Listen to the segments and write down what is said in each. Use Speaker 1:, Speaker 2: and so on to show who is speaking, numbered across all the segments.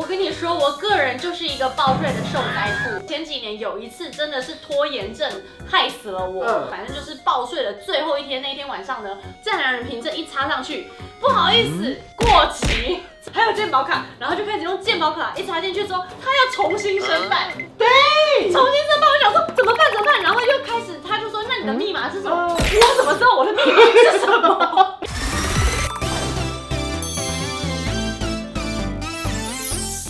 Speaker 1: 我跟你说，我个人就是一个报税的受灾户。前几年有一次真的是拖延症害死了我，
Speaker 2: 嗯
Speaker 1: 反正就是报税的最后一天那一天晚上呢，再来人凭证一插上去，不好意思过期，还有健保卡，然后就开始用健保卡一插进去之后，他要重新申办，对，重新申办，我想说怎么办怎么办，然后又开始他就说那你的密码是什么？
Speaker 2: 哦
Speaker 1: 我怎么知道我的密码是什么？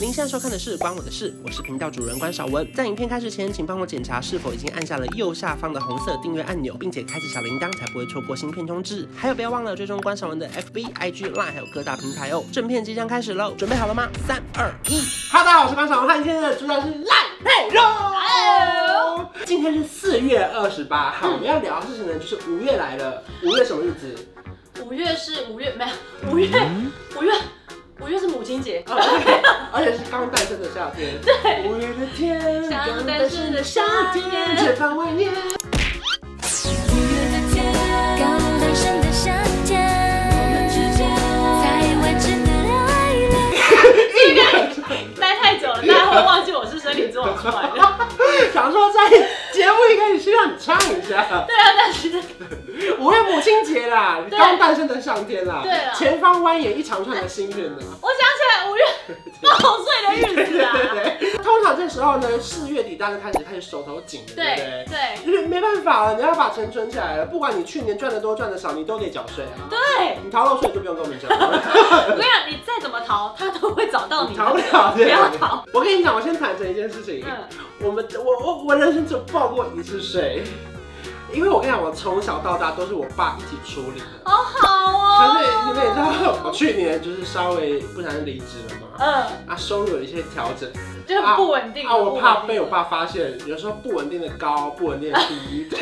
Speaker 2: 您现在收看的是《关我的事》，我是频道主人关少文。在影片开始前，请帮我检查是否已经按下了右下方的红色订阅按钮，并且开启小铃铛，才不会错过新片通知。还有，不要忘了追踪关少文的 FB、IG、Line，还有各大平台哦。正片即将开始喽，准备好了吗？三、二、一哈，大家好，我是关少文，今天的主角是赖佩荣。今天是四月二十八号，我们要聊的事情呢，就是五月来了。五月什么日子？
Speaker 1: 五月是五月没有五月五月五月是母亲节，
Speaker 2: 哦对而且是刚诞生的夏天，对，五月的天，刚诞生的夏天，解放万年。
Speaker 3: 五月的天，刚诞生的夏天，我们之间才完整的爱恋。
Speaker 1: 待太久了，大家会忘记我是生理做出来的。
Speaker 2: 想说在节目一开始先让你唱一下，
Speaker 1: 对啊，但是
Speaker 2: 五月母亲节啦，
Speaker 1: 对
Speaker 2: 刚诞生的上天啦，
Speaker 1: 对啦
Speaker 2: 前方蜿蜒一长串的心愿呐。
Speaker 1: 我想起来五月哦报税的日
Speaker 2: 对
Speaker 1: 子啊，
Speaker 2: 对对，通常这时候呢，四月底大家开始开始手头紧了， 对不
Speaker 1: 对
Speaker 2: 对？
Speaker 1: 对
Speaker 2: 因为没办法了，你要把钱存起来了，不管你去年赚的多赚的少，你都得缴税啊。
Speaker 1: 对，
Speaker 2: 你逃漏税就不用跟我们讲了。
Speaker 1: 我跟你讲，你再怎么逃，他都会找到你的。
Speaker 2: 逃不了，
Speaker 1: 不要逃。
Speaker 2: 我跟你讲，我先坦诚一件事情，
Speaker 1: 嗯，
Speaker 2: 我们我我我人生只有报过一次税，因为我跟你讲，我从小到大都是我爸一起处理的。
Speaker 1: 好好
Speaker 2: 可
Speaker 1: 哦。
Speaker 2: 是你们也知道，我去年就是稍微不小心离职了嘛，
Speaker 1: 嗯，
Speaker 2: 啊，收入有一些调整
Speaker 1: 就很不稳定
Speaker 2: 啊，我怕被我。
Speaker 1: 不稳
Speaker 2: 爸发现，有时候不稳定的高，不稳定的 低。
Speaker 1: 定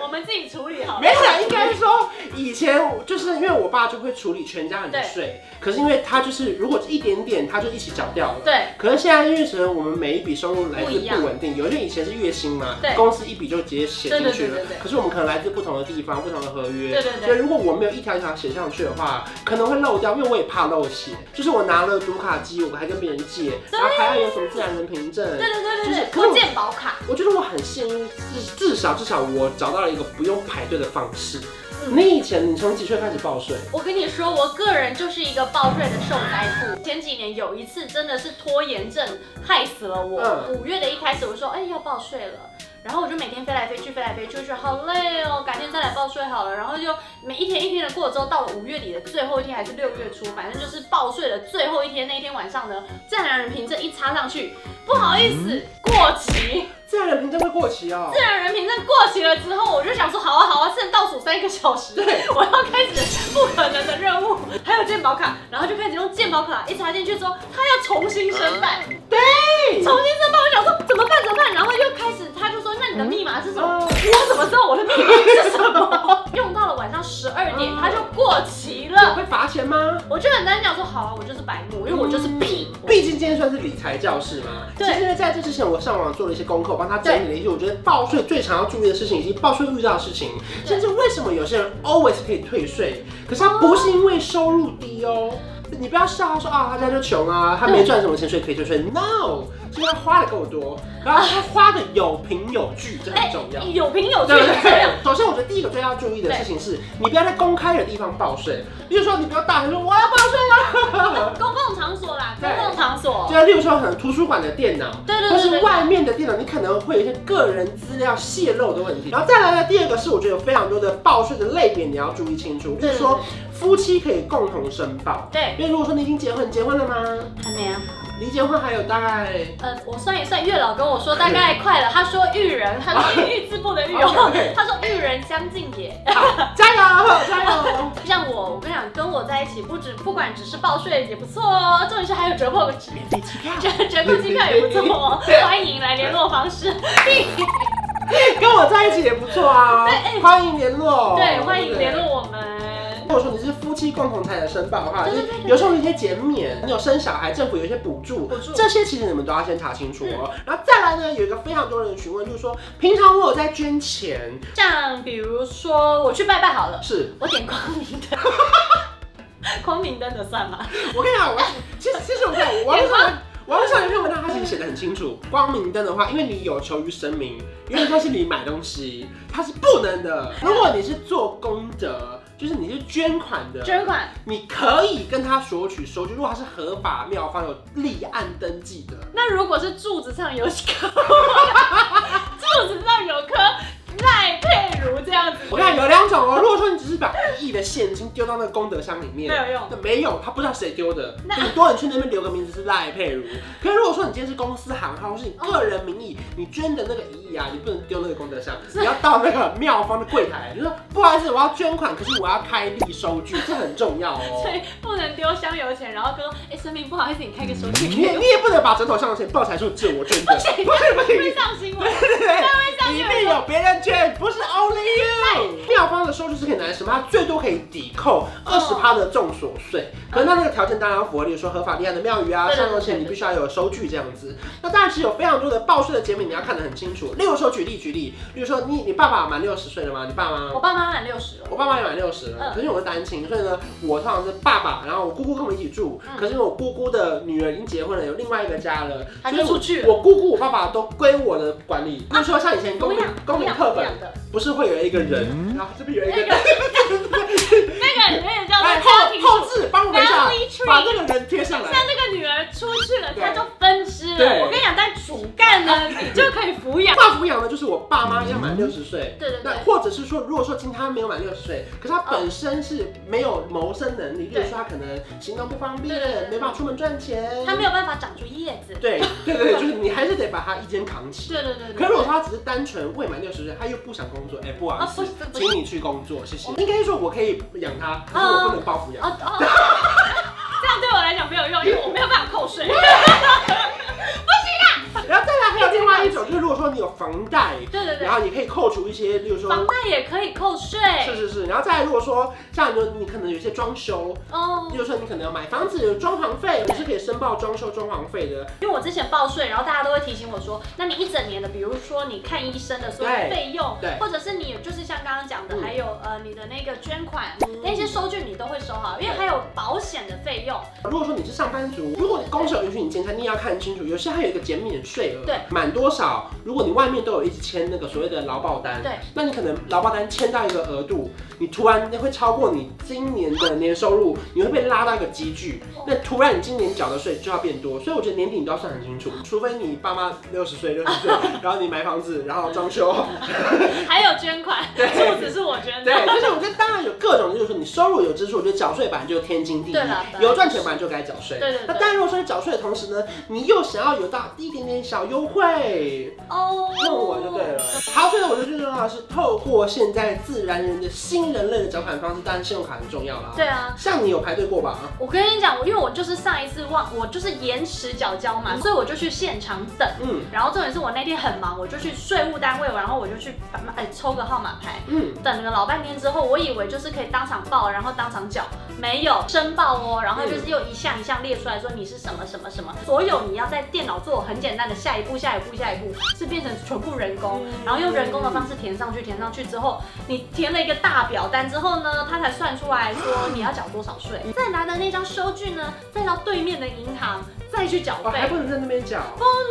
Speaker 1: 我们自己处理好了。
Speaker 2: 没有，应该说以前我就是因为我爸就会处理全家人的
Speaker 1: 对
Speaker 2: 税，可是因为他就是如果一点点，他就一起缴掉了。
Speaker 1: 对
Speaker 2: 可是现在因为可能我们每一笔收入来
Speaker 1: 不
Speaker 2: 自
Speaker 1: 一样
Speaker 2: 不稳定，有些以前是月薪嘛
Speaker 1: 对，
Speaker 2: 公司一笔就直接写进去
Speaker 1: 对对
Speaker 2: 了
Speaker 1: 对对对。
Speaker 2: 可是我们可能来自不同的地方、不同的合约，
Speaker 1: 对对对
Speaker 2: 所以如果我没有一条一条写上去的话，可能会漏掉，因为我也怕漏写。就是我拿了读卡机，我还跟别人借，然后还要有什么自然人凭证。
Speaker 1: 对对对
Speaker 2: 就是
Speaker 1: 对对，
Speaker 2: 可是我
Speaker 1: 或健保卡。
Speaker 2: 我觉得我很幸运，至至少至少我找到了一个不用排队的方式。
Speaker 1: 嗯
Speaker 2: 你以前你从几岁开始报税？
Speaker 1: 我跟你说，我个人就是一个报税的受灾户。前几年有一次真的是拖延症害死了我。
Speaker 2: 嗯
Speaker 1: 五月的一开始，我说哎要报税了，然后我就每天飞来飞去，飞来飞去，我就觉得好累哦，改天再来报税好了。然后就每一天一天的过之后，到了五月底的最后一天还是六月初，反正就是报税的最后一天那一天晚上呢，自然人凭证一插上去，不好意思过期。
Speaker 2: 自然人凭证会过期哦
Speaker 1: 自。然人凭证过期了之后，我就想说，好啊好啊，剩倒数三个小时，我要开始不可能的任务，还有健保卡，然后就开始用健保卡一插进去之后，他要重新申
Speaker 2: 啊
Speaker 1: 办，对，重新申办，我想说怎么办怎么办，然后又开始他就说，那你的密码是什么？
Speaker 2: 哦
Speaker 1: 我怎么知道我的密码是什么？ 用到了晚上十二点，
Speaker 2: 嗯
Speaker 1: 他就过期
Speaker 2: 你
Speaker 1: 了。
Speaker 2: 会罚钱吗？
Speaker 1: 我就很担心讲说，好啊，我就是白目，因为我就是屁，
Speaker 2: 毕竟今天算是理财教室嘛。
Speaker 1: 对
Speaker 2: 其实呢，在这之前，我上网做了一些功课，我帮他整理了一些我觉得报税最常要注意的事情，以及报税遇到的事情，
Speaker 1: 对
Speaker 2: 甚至为什么有些人 always 可以退税，可是他不是因为收入低哦。你不要笑他说啊，他家就穷啊，他没赚什么钱，所以可以退税。No，是因为他花的够多，然后他花的有凭有据，这很重要。
Speaker 1: 哎有凭有据的
Speaker 2: 对对
Speaker 1: 这样
Speaker 2: 对。，首先我觉得第一个最要注意的事情是，你不要在公开的地方报税，例如说你不要大声说我要报税 啦，
Speaker 1: 公共场所啦，公
Speaker 2: 对啊
Speaker 1: 共场所。
Speaker 2: 就例如说可能图书馆的电脑，
Speaker 1: 对对
Speaker 2: 或
Speaker 1: 对对
Speaker 2: 是
Speaker 1: 对
Speaker 2: 外面的电脑，你可能会有一些个人资料泄露的问题。然后再来的第二个是，我觉得有非常多的报税的类别你要注意清楚，就
Speaker 1: 对对
Speaker 2: 是说夫妻可以共同申报。
Speaker 1: 嗯对，
Speaker 2: 因为如果说你已经结婚，你结婚了吗？
Speaker 1: 还没啊。
Speaker 2: 离结婚还有大概
Speaker 1: 呃，我算一算，月老跟我说大概快了。他说育人，他说育字部的育哦
Speaker 2: OK，OK，
Speaker 1: 他说育人将近也。
Speaker 2: 加 油加油，
Speaker 1: 像我，我跟你讲，跟我在一起不止不管只是报税也不错哦，重点是还有折扣折
Speaker 2: 免费机票，
Speaker 1: 折扣机票也不错哦。欢迎来联络方式。
Speaker 2: 哎跟我在一起也不错啊
Speaker 1: 对哎，
Speaker 2: 欢迎联络，
Speaker 1: 对，欢迎联
Speaker 2: 哦对
Speaker 1: 络我们。
Speaker 2: 如果说你是夫妻共同财产申报的话，
Speaker 1: 对对
Speaker 2: 就是
Speaker 1: 对对
Speaker 2: 有时候有一些减免，你有生小孩，政府有一些补助，
Speaker 1: 补助嗯
Speaker 2: 这些其实你们都要先查清楚哦。然后再来呢，有一个非常多人询问，就是说平常我有在捐钱，
Speaker 1: 像比如说我去拜拜好了，
Speaker 2: 是
Speaker 1: 我点光明灯。光明灯的算吗？
Speaker 2: 我跟你讲，我其实其实我跟你讲，网络上网络上有篇文章，它其实写的很清楚，光明灯的话，因为你有求于神明，因为它是你买东西，它是不能的。如果你是做功德，就是你是捐款的，
Speaker 1: 捐款
Speaker 2: 你可以跟他索取收据，如果他是合法庙方有立案登记的，
Speaker 1: 那如果是柱子上有颗， 柱子上有颗赖佩如这样子，
Speaker 2: 我看有两种哦。如果说你只是把一亿的现金丢到那个功德箱里面，
Speaker 1: 没有用
Speaker 2: 那没有，他不知道谁丢的，
Speaker 1: 那
Speaker 2: 顶多你去那边留个名字是赖佩如。可是如果说你今天是公司行号或是你个人名义，你捐的那个一亿啊，你不能丢那个功德箱， 你要到那个庙方的柜台，你说不好意思，我要捐款，可是我要开立收据，这很重要
Speaker 1: 所
Speaker 2: 哦。
Speaker 1: 以不能丢香油钱，然后跟哎神明不好意思，你开个收据
Speaker 2: 你也
Speaker 1: 给我
Speaker 2: 你，也不能把枕头上的钱抱起来说借 我捐的，不行不行不
Speaker 1: 会
Speaker 2: 行，
Speaker 1: 上新闻。
Speaker 2: 对对对，里面有别人捐，不是 only you。妙方的收据是可以拿来什么？它最多可以抵
Speaker 1: 哦
Speaker 2: 扣二十趴的重所税，可是它那个条件当然要符合，例如说合法立案的庙宇啊，
Speaker 1: 对对
Speaker 2: 上楼前你必须要有收据这样子。那当然是有非常多的报税的减免，你要看得很清楚。例如说举例举例，例如说你你爸爸满六十岁了吗？你爸妈
Speaker 1: 我？爸妈满六十了，
Speaker 2: 我爸妈也满六十了，
Speaker 1: 嗯
Speaker 2: 可是因为我是单亲，所以呢，我通常是爸爸，然后我姑姑跟我一起住，
Speaker 1: 嗯
Speaker 2: 可是因为我姑姑的女儿已经结婚了，有另外一个家了，
Speaker 1: 他
Speaker 2: 所以
Speaker 1: 就
Speaker 2: 我
Speaker 1: 出去了。啊
Speaker 2: 我姑姑、我爸爸都归我的管理。比如说像以前公
Speaker 1: 抚
Speaker 2: 民
Speaker 1: 养
Speaker 2: 公
Speaker 1: 抚
Speaker 2: 民
Speaker 1: 养
Speaker 2: 课
Speaker 1: 抚
Speaker 2: 本，
Speaker 1: 养的
Speaker 2: 不是会有一个人，然后这边有一
Speaker 1: 嗯那
Speaker 2: 个
Speaker 1: 个那个那个叫
Speaker 2: 哎
Speaker 1: 做
Speaker 2: 后
Speaker 1: 家庭
Speaker 2: 后置帮我们一下
Speaker 1: Family tree
Speaker 2: 把那个人贴上来。
Speaker 1: 像这个女儿出去了，
Speaker 2: 对
Speaker 1: 她就分支
Speaker 2: 对
Speaker 1: 了。我跟你讲，在主干呢，你就可以抚养。
Speaker 2: 大抚养呢，就是我爸妈要满六十岁。
Speaker 1: 对对
Speaker 2: 那
Speaker 1: 对，嗯
Speaker 2: 或者是说，如果说今天他没有满六十岁，可是他本身是没有谋生能力，例如
Speaker 1: 对
Speaker 2: 说他可能行动不方
Speaker 1: 对对
Speaker 2: 便，
Speaker 1: 对
Speaker 2: 没办法出门赚钱，
Speaker 1: 她没有办法长出叶子。
Speaker 2: 对对对，就是你还是得把他一肩扛起。
Speaker 1: 对对对
Speaker 2: 可
Speaker 1: 对
Speaker 2: 是如果他只是单纯未满六十岁，他又不想工作，哎、不好意
Speaker 1: 啊不
Speaker 2: 思
Speaker 1: 是不，是
Speaker 2: 请你去工作，谢谢。应该说我可以养他，可是
Speaker 1: 哦
Speaker 2: 我不能报抚养。
Speaker 1: 哦哦， 这样对我来讲没有用，因为我没有办法扣 税。
Speaker 2: 哦然后再来还有另外一种，就是如果说你有房贷，
Speaker 1: 对对对
Speaker 2: 然，后你可以扣除一些，例如说，
Speaker 1: 房贷也可以扣税。
Speaker 2: 是是是。然后再来如果说像你说你可能有一些装修，
Speaker 1: 哦
Speaker 2: 例，如说你可能要买房子有装潢费，你是可以申报装修装潢费的。
Speaker 1: 因为我之前报税，然后大家都会提醒我说，那你一整年的，比如说你看医生的所有
Speaker 2: 对
Speaker 1: 费用
Speaker 2: 对，
Speaker 1: 或者是你就是像刚刚讲的
Speaker 2: 嗯，
Speaker 1: 还有呃你的那个捐款那些收据你都会收好，因为还有保险的费 用。
Speaker 2: 如果说你是上班族，如果你公司有允许你兼差，你也要看清楚，有些还有一个减免税额，
Speaker 1: 对，
Speaker 2: 满多少，如果你外面都有一直签那个所谓的劳保单，
Speaker 1: 对，
Speaker 2: 那你可能劳保单签到一个额度，你突然会超过你今年的年收入，你会被拉到一个积聚，那突然你今年缴的税就要变多，所以我觉得年底你都要算很清
Speaker 1: 嗯
Speaker 2: 楚，除非你爸妈六十岁六十 岁，然后你买房子，然后装修，
Speaker 1: 还有捐款，柱子是我捐的。
Speaker 2: 对，就是我觉得当然有各种，就是说你收入有支出，我觉得缴税本来就天经地义
Speaker 1: 对啦，本来
Speaker 2: 有赚钱本来就该缴税。
Speaker 1: 对对对
Speaker 2: 那当然，如果说你缴税的同时呢，你又想要有到一点点小优惠，
Speaker 1: 哦，
Speaker 2: 那我就对了。好，所以我觉得最重要的是透过现在自然人的新人类的缴款方式，当然信用卡很重要啦。
Speaker 1: 对。啊，
Speaker 2: 像你有排队过吧？
Speaker 1: 我跟你讲，我因为我就是上一次忘，我就是延迟缴交嘛，所以我就去现场等。
Speaker 2: 嗯
Speaker 1: 然后重点是我那天很忙，我就去税务单位，然后我就去把哎抽个号码牌，
Speaker 2: 嗯，
Speaker 1: 等了老半天之后，我以为就是可以当场报，然后当场缴，没有申报哦，然后就是又一项一项列出来说你是什么什么什么，所有你要在电脑做很简单的下一步下一步下一步，是变成全部人工，然后用人工的方式填上去，填上去之后，你填了一个大表单之后呢，他才算出来说你要缴多少税，再拿的那张收据呢，再到对面的银行再去缴
Speaker 2: 哦，还
Speaker 1: 费
Speaker 2: 不，能在那边缴，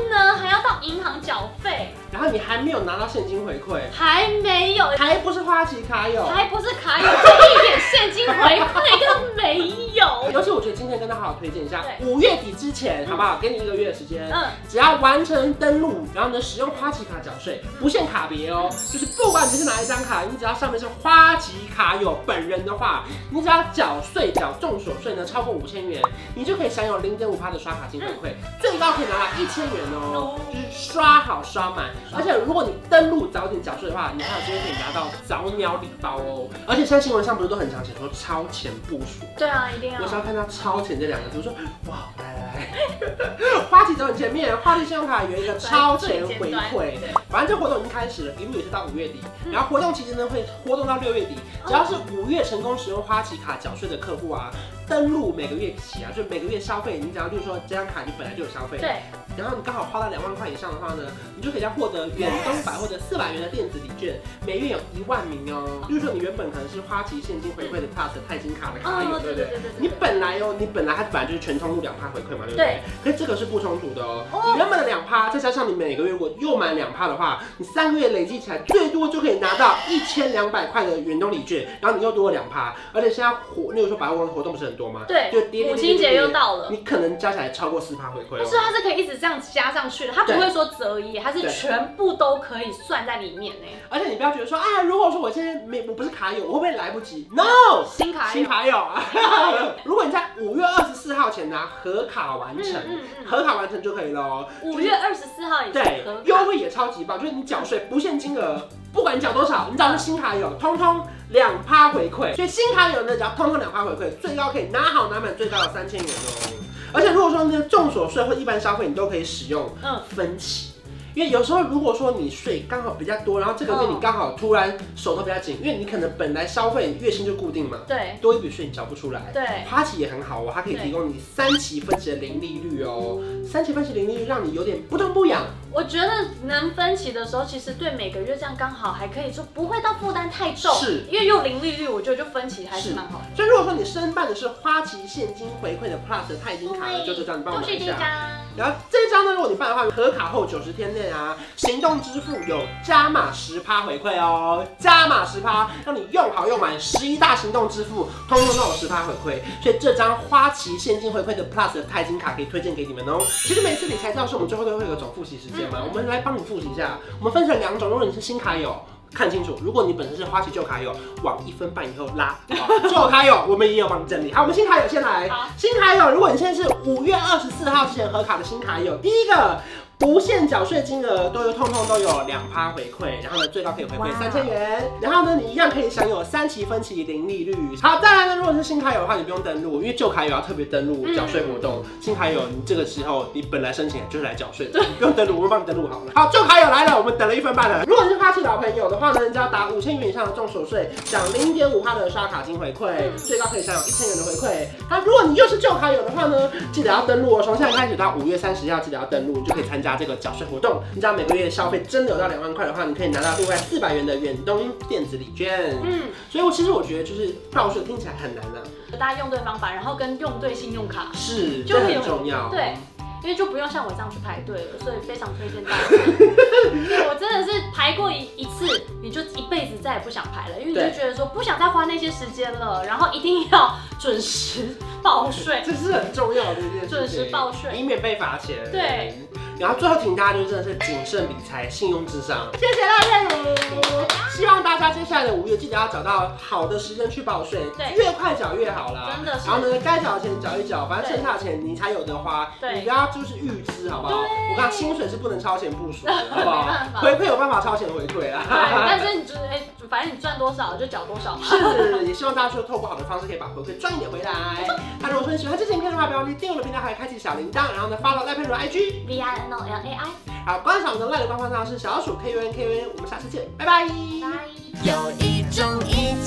Speaker 1: 呢还要到银行缴费，
Speaker 2: 然后你还没有拿到现金回馈，
Speaker 1: 还没有
Speaker 2: 还不是花旗卡有。
Speaker 1: 还不是卡有这一点现金回馈都没 有。
Speaker 2: 尤其我觉得今天跟大家好好推荐一下，
Speaker 1: 对
Speaker 2: 五月底之前好不好？给你一个月的时间，
Speaker 1: 嗯，
Speaker 2: 只要完成登录，然后呢使用花旗卡缴税，不限卡别哦，就是不管你是哪一张卡，你只要上面是花旗卡有本人的话，你只要缴税缴重所税呢超过五千元，你就可以享有零点五趴的刷卡金回馈，最高可以拿到一千元哦
Speaker 1: 哦，
Speaker 2: 就是刷好刷满。而且如果你登录早点缴税的话，你还有机会可以拿到早鸟礼包哦。而且现在新闻上不是都很常写说超前部署。
Speaker 1: 对啊，一定要
Speaker 2: 我。只要看到“超前”这两个字，我说哇，来来来，花旗走你前面，花旗信用卡有一个超前回馈。反正这活动已经开始了，一路也是到五月底，然后活动期间呢会活动到六月底。只要是五月成功使用花旗卡缴税的客户啊，登录每个月起啊，就每个月消费，你只要就是说这张卡你本来就有消费，
Speaker 1: 对，
Speaker 2: 然后你刚好花到两万块以上的话呢，你就可以再获得远东百或者四百元的电子礼券，每月有一万名哦。就是说你原本可能是花旗现金回馈的 Plus 钛金卡的卡友，
Speaker 1: 哦，
Speaker 2: 哎
Speaker 1: 对
Speaker 2: 对
Speaker 1: 对
Speaker 2: 不对？
Speaker 1: 对对
Speaker 2: 你
Speaker 1: 对对。
Speaker 2: 本来哦，你本来它本来就是全通路两趴回馈嘛，对不对
Speaker 1: 对？
Speaker 2: 可是这个是不冲突的哦。
Speaker 1: 哦
Speaker 2: 你原本的两趴，再加上你每个月如果又满两趴的话，你三个月累积起来最多就可以拿到一千两百块的远东礼券，然后你又多了两趴，而且现在活，例如说百货公司活动不是很多吗？
Speaker 1: 对
Speaker 2: 就跌跌跌跌跌
Speaker 1: 母亲节又到了
Speaker 2: 你可能加起来超过四趴回馈
Speaker 1: 所以
Speaker 2: 哦。
Speaker 1: 它是可以一直这样加上去的，它不
Speaker 2: 对
Speaker 1: 会说择一，它是
Speaker 2: 对
Speaker 1: 全部都可以算在里面呢。欸
Speaker 2: 而且你不要觉得说啊，如果说我现在没我不是卡友，我会不会来不及？No，
Speaker 1: 新卡
Speaker 2: 新
Speaker 1: 友，
Speaker 2: 卡友啊！ 如果你在五月二十四号前拿合卡完成，
Speaker 1: 嗯嗯
Speaker 2: 合卡完成就可以了哦。
Speaker 1: 嗯，五
Speaker 2: 就是
Speaker 1: 月二十四号以前
Speaker 2: 对
Speaker 1: 合，
Speaker 2: 优
Speaker 1: 卡，
Speaker 2: 惠也超级棒，就是你缴税不限金额，不管你缴多少，你只要是新卡友，通通两趴回馈。所以新卡友呢，只要通通两趴回馈，最高可以拿好拿满最高有三千元哦。而且如果说呢，重所税或一般消费，你都可以使用
Speaker 1: 嗯
Speaker 2: 分期。因为有时候如果说你税刚好比较多，然后这个月
Speaker 1: 嗯
Speaker 2: 你刚好突然手头比较紧，因为你可能本来消费月薪就固定嘛，
Speaker 1: 对
Speaker 2: 多一笔税你缴不出来。
Speaker 1: 对，
Speaker 2: 花旗也很好哦，它可以提供你三期分期的零利率哦，三期分期零利率让你有点不痛不痒，
Speaker 1: 我觉得能分期的时候，其实对每个月这样刚好还可以，就不会到负担太重，
Speaker 2: 是
Speaker 1: 因为又零利率，我觉得就分期还是蛮好的。
Speaker 2: 所以如果说你申办的是花旗现金回馈的 Plus 的钛金卡呢，就这张，你帮我
Speaker 1: 就
Speaker 2: 买
Speaker 1: 是
Speaker 2: 一
Speaker 1: 这
Speaker 2: 下。
Speaker 1: 张，
Speaker 2: 然后这张呢，如果你办的话，核卡后九十天内啊，行动支付有加码十趴回馈哦，加码十趴，让你用好用满十一大行动支付，通通都有十趴回馈。所以这张花旗现金回馈的 Plus 的钛金卡可以推荐给你们哦。其实每次理财知道是我们最后都会有个总复习时间嘛，
Speaker 1: 嗯
Speaker 2: 我们来帮你复习一下。我们分成两种，如果你是新卡友。看清楚，如果你本身是花旗旧卡友，往一分半以后 拉。好旧卡友我们也有帮你整理。好，我们新卡友先来。
Speaker 1: 好
Speaker 2: 新卡友，如果你现在是五月二十四号之前核卡的新卡友，第一个不限缴税金额都有，通通都有两趴回馈，然后呢最高可以回馈
Speaker 1: 哇
Speaker 2: 三千元，然后呢你一样可以享有三期分期零利率。好，再来呢，如果是新卡友的话，你不用登录，因为旧卡友要特别登录
Speaker 1: 嗯
Speaker 2: 缴税活动，新卡友你这个时候你本来申请就是来缴税的，你不用登录，我们帮你登录好了。好，旧卡友来了，我们等了一分半了。如果你是花旗老朋友的话呢，你只要打五千元以上的重手税，享零点五趴的刷卡金回馈，
Speaker 1: 嗯
Speaker 2: 最高可以享有一千元的回馈。那如果你又是旧卡友的话呢，记得要登录哦，从现在开始到五月三十号，记得要登录，你就可以参加这个缴税活动。你只要每个月消费真的有到两万块的话，你可以拿到另外四百元的远东电子礼券。
Speaker 1: 嗯，
Speaker 2: 所以我其实我觉得就是报税听起来很难啊，
Speaker 1: 大家用对方法，然后跟用对信用卡，
Speaker 2: 是，
Speaker 1: 就
Speaker 2: 这
Speaker 1: 会有
Speaker 2: 很重要。
Speaker 1: 对。因为就不用像我这样去排队了，所以非常推 荐大家。对我真的是排过一一次，你就一辈子再也不想排了，因为你
Speaker 2: 对
Speaker 1: 就觉得说不想再花那些时间了，然后一定要准时报税。
Speaker 2: 这是很重要的一件事情，
Speaker 1: 准时报税
Speaker 2: 以免被罚钱。
Speaker 1: 对，
Speaker 2: 然后最后请大家就真的是谨慎理财，信用至上。谢谢大家，希望大家接下来的五月记得要找到好的时间去报税，
Speaker 1: 对
Speaker 2: 越快缴越好啦。
Speaker 1: 真的是
Speaker 2: 然后呢，该缴的钱缴一缴，反正剩下的钱你才有的花，
Speaker 1: 对
Speaker 2: 你不要就是预支，好不好？我讲薪水是不能超前部署的，好不
Speaker 1: 没办法
Speaker 2: 好？回馈有办法超前回馈
Speaker 1: 对，但
Speaker 2: 啊。
Speaker 1: 是你就是哎、反正你赚多少就缴多少嘛。
Speaker 2: 是，也 希望大家就透过好的方式可以把回馈赚一点回来。那如果说你喜欢这支影片的话，不要忘记订阅我的频道，还有开启小铃铛，然后呢，发到赖佩如的 IG。
Speaker 1: V I N O L A I，
Speaker 2: 好，观赏我们的赖的官方账号是小老鼠 K U N K U N，我们下次见，拜拜。
Speaker 1: 拜。
Speaker 3: 有一种一起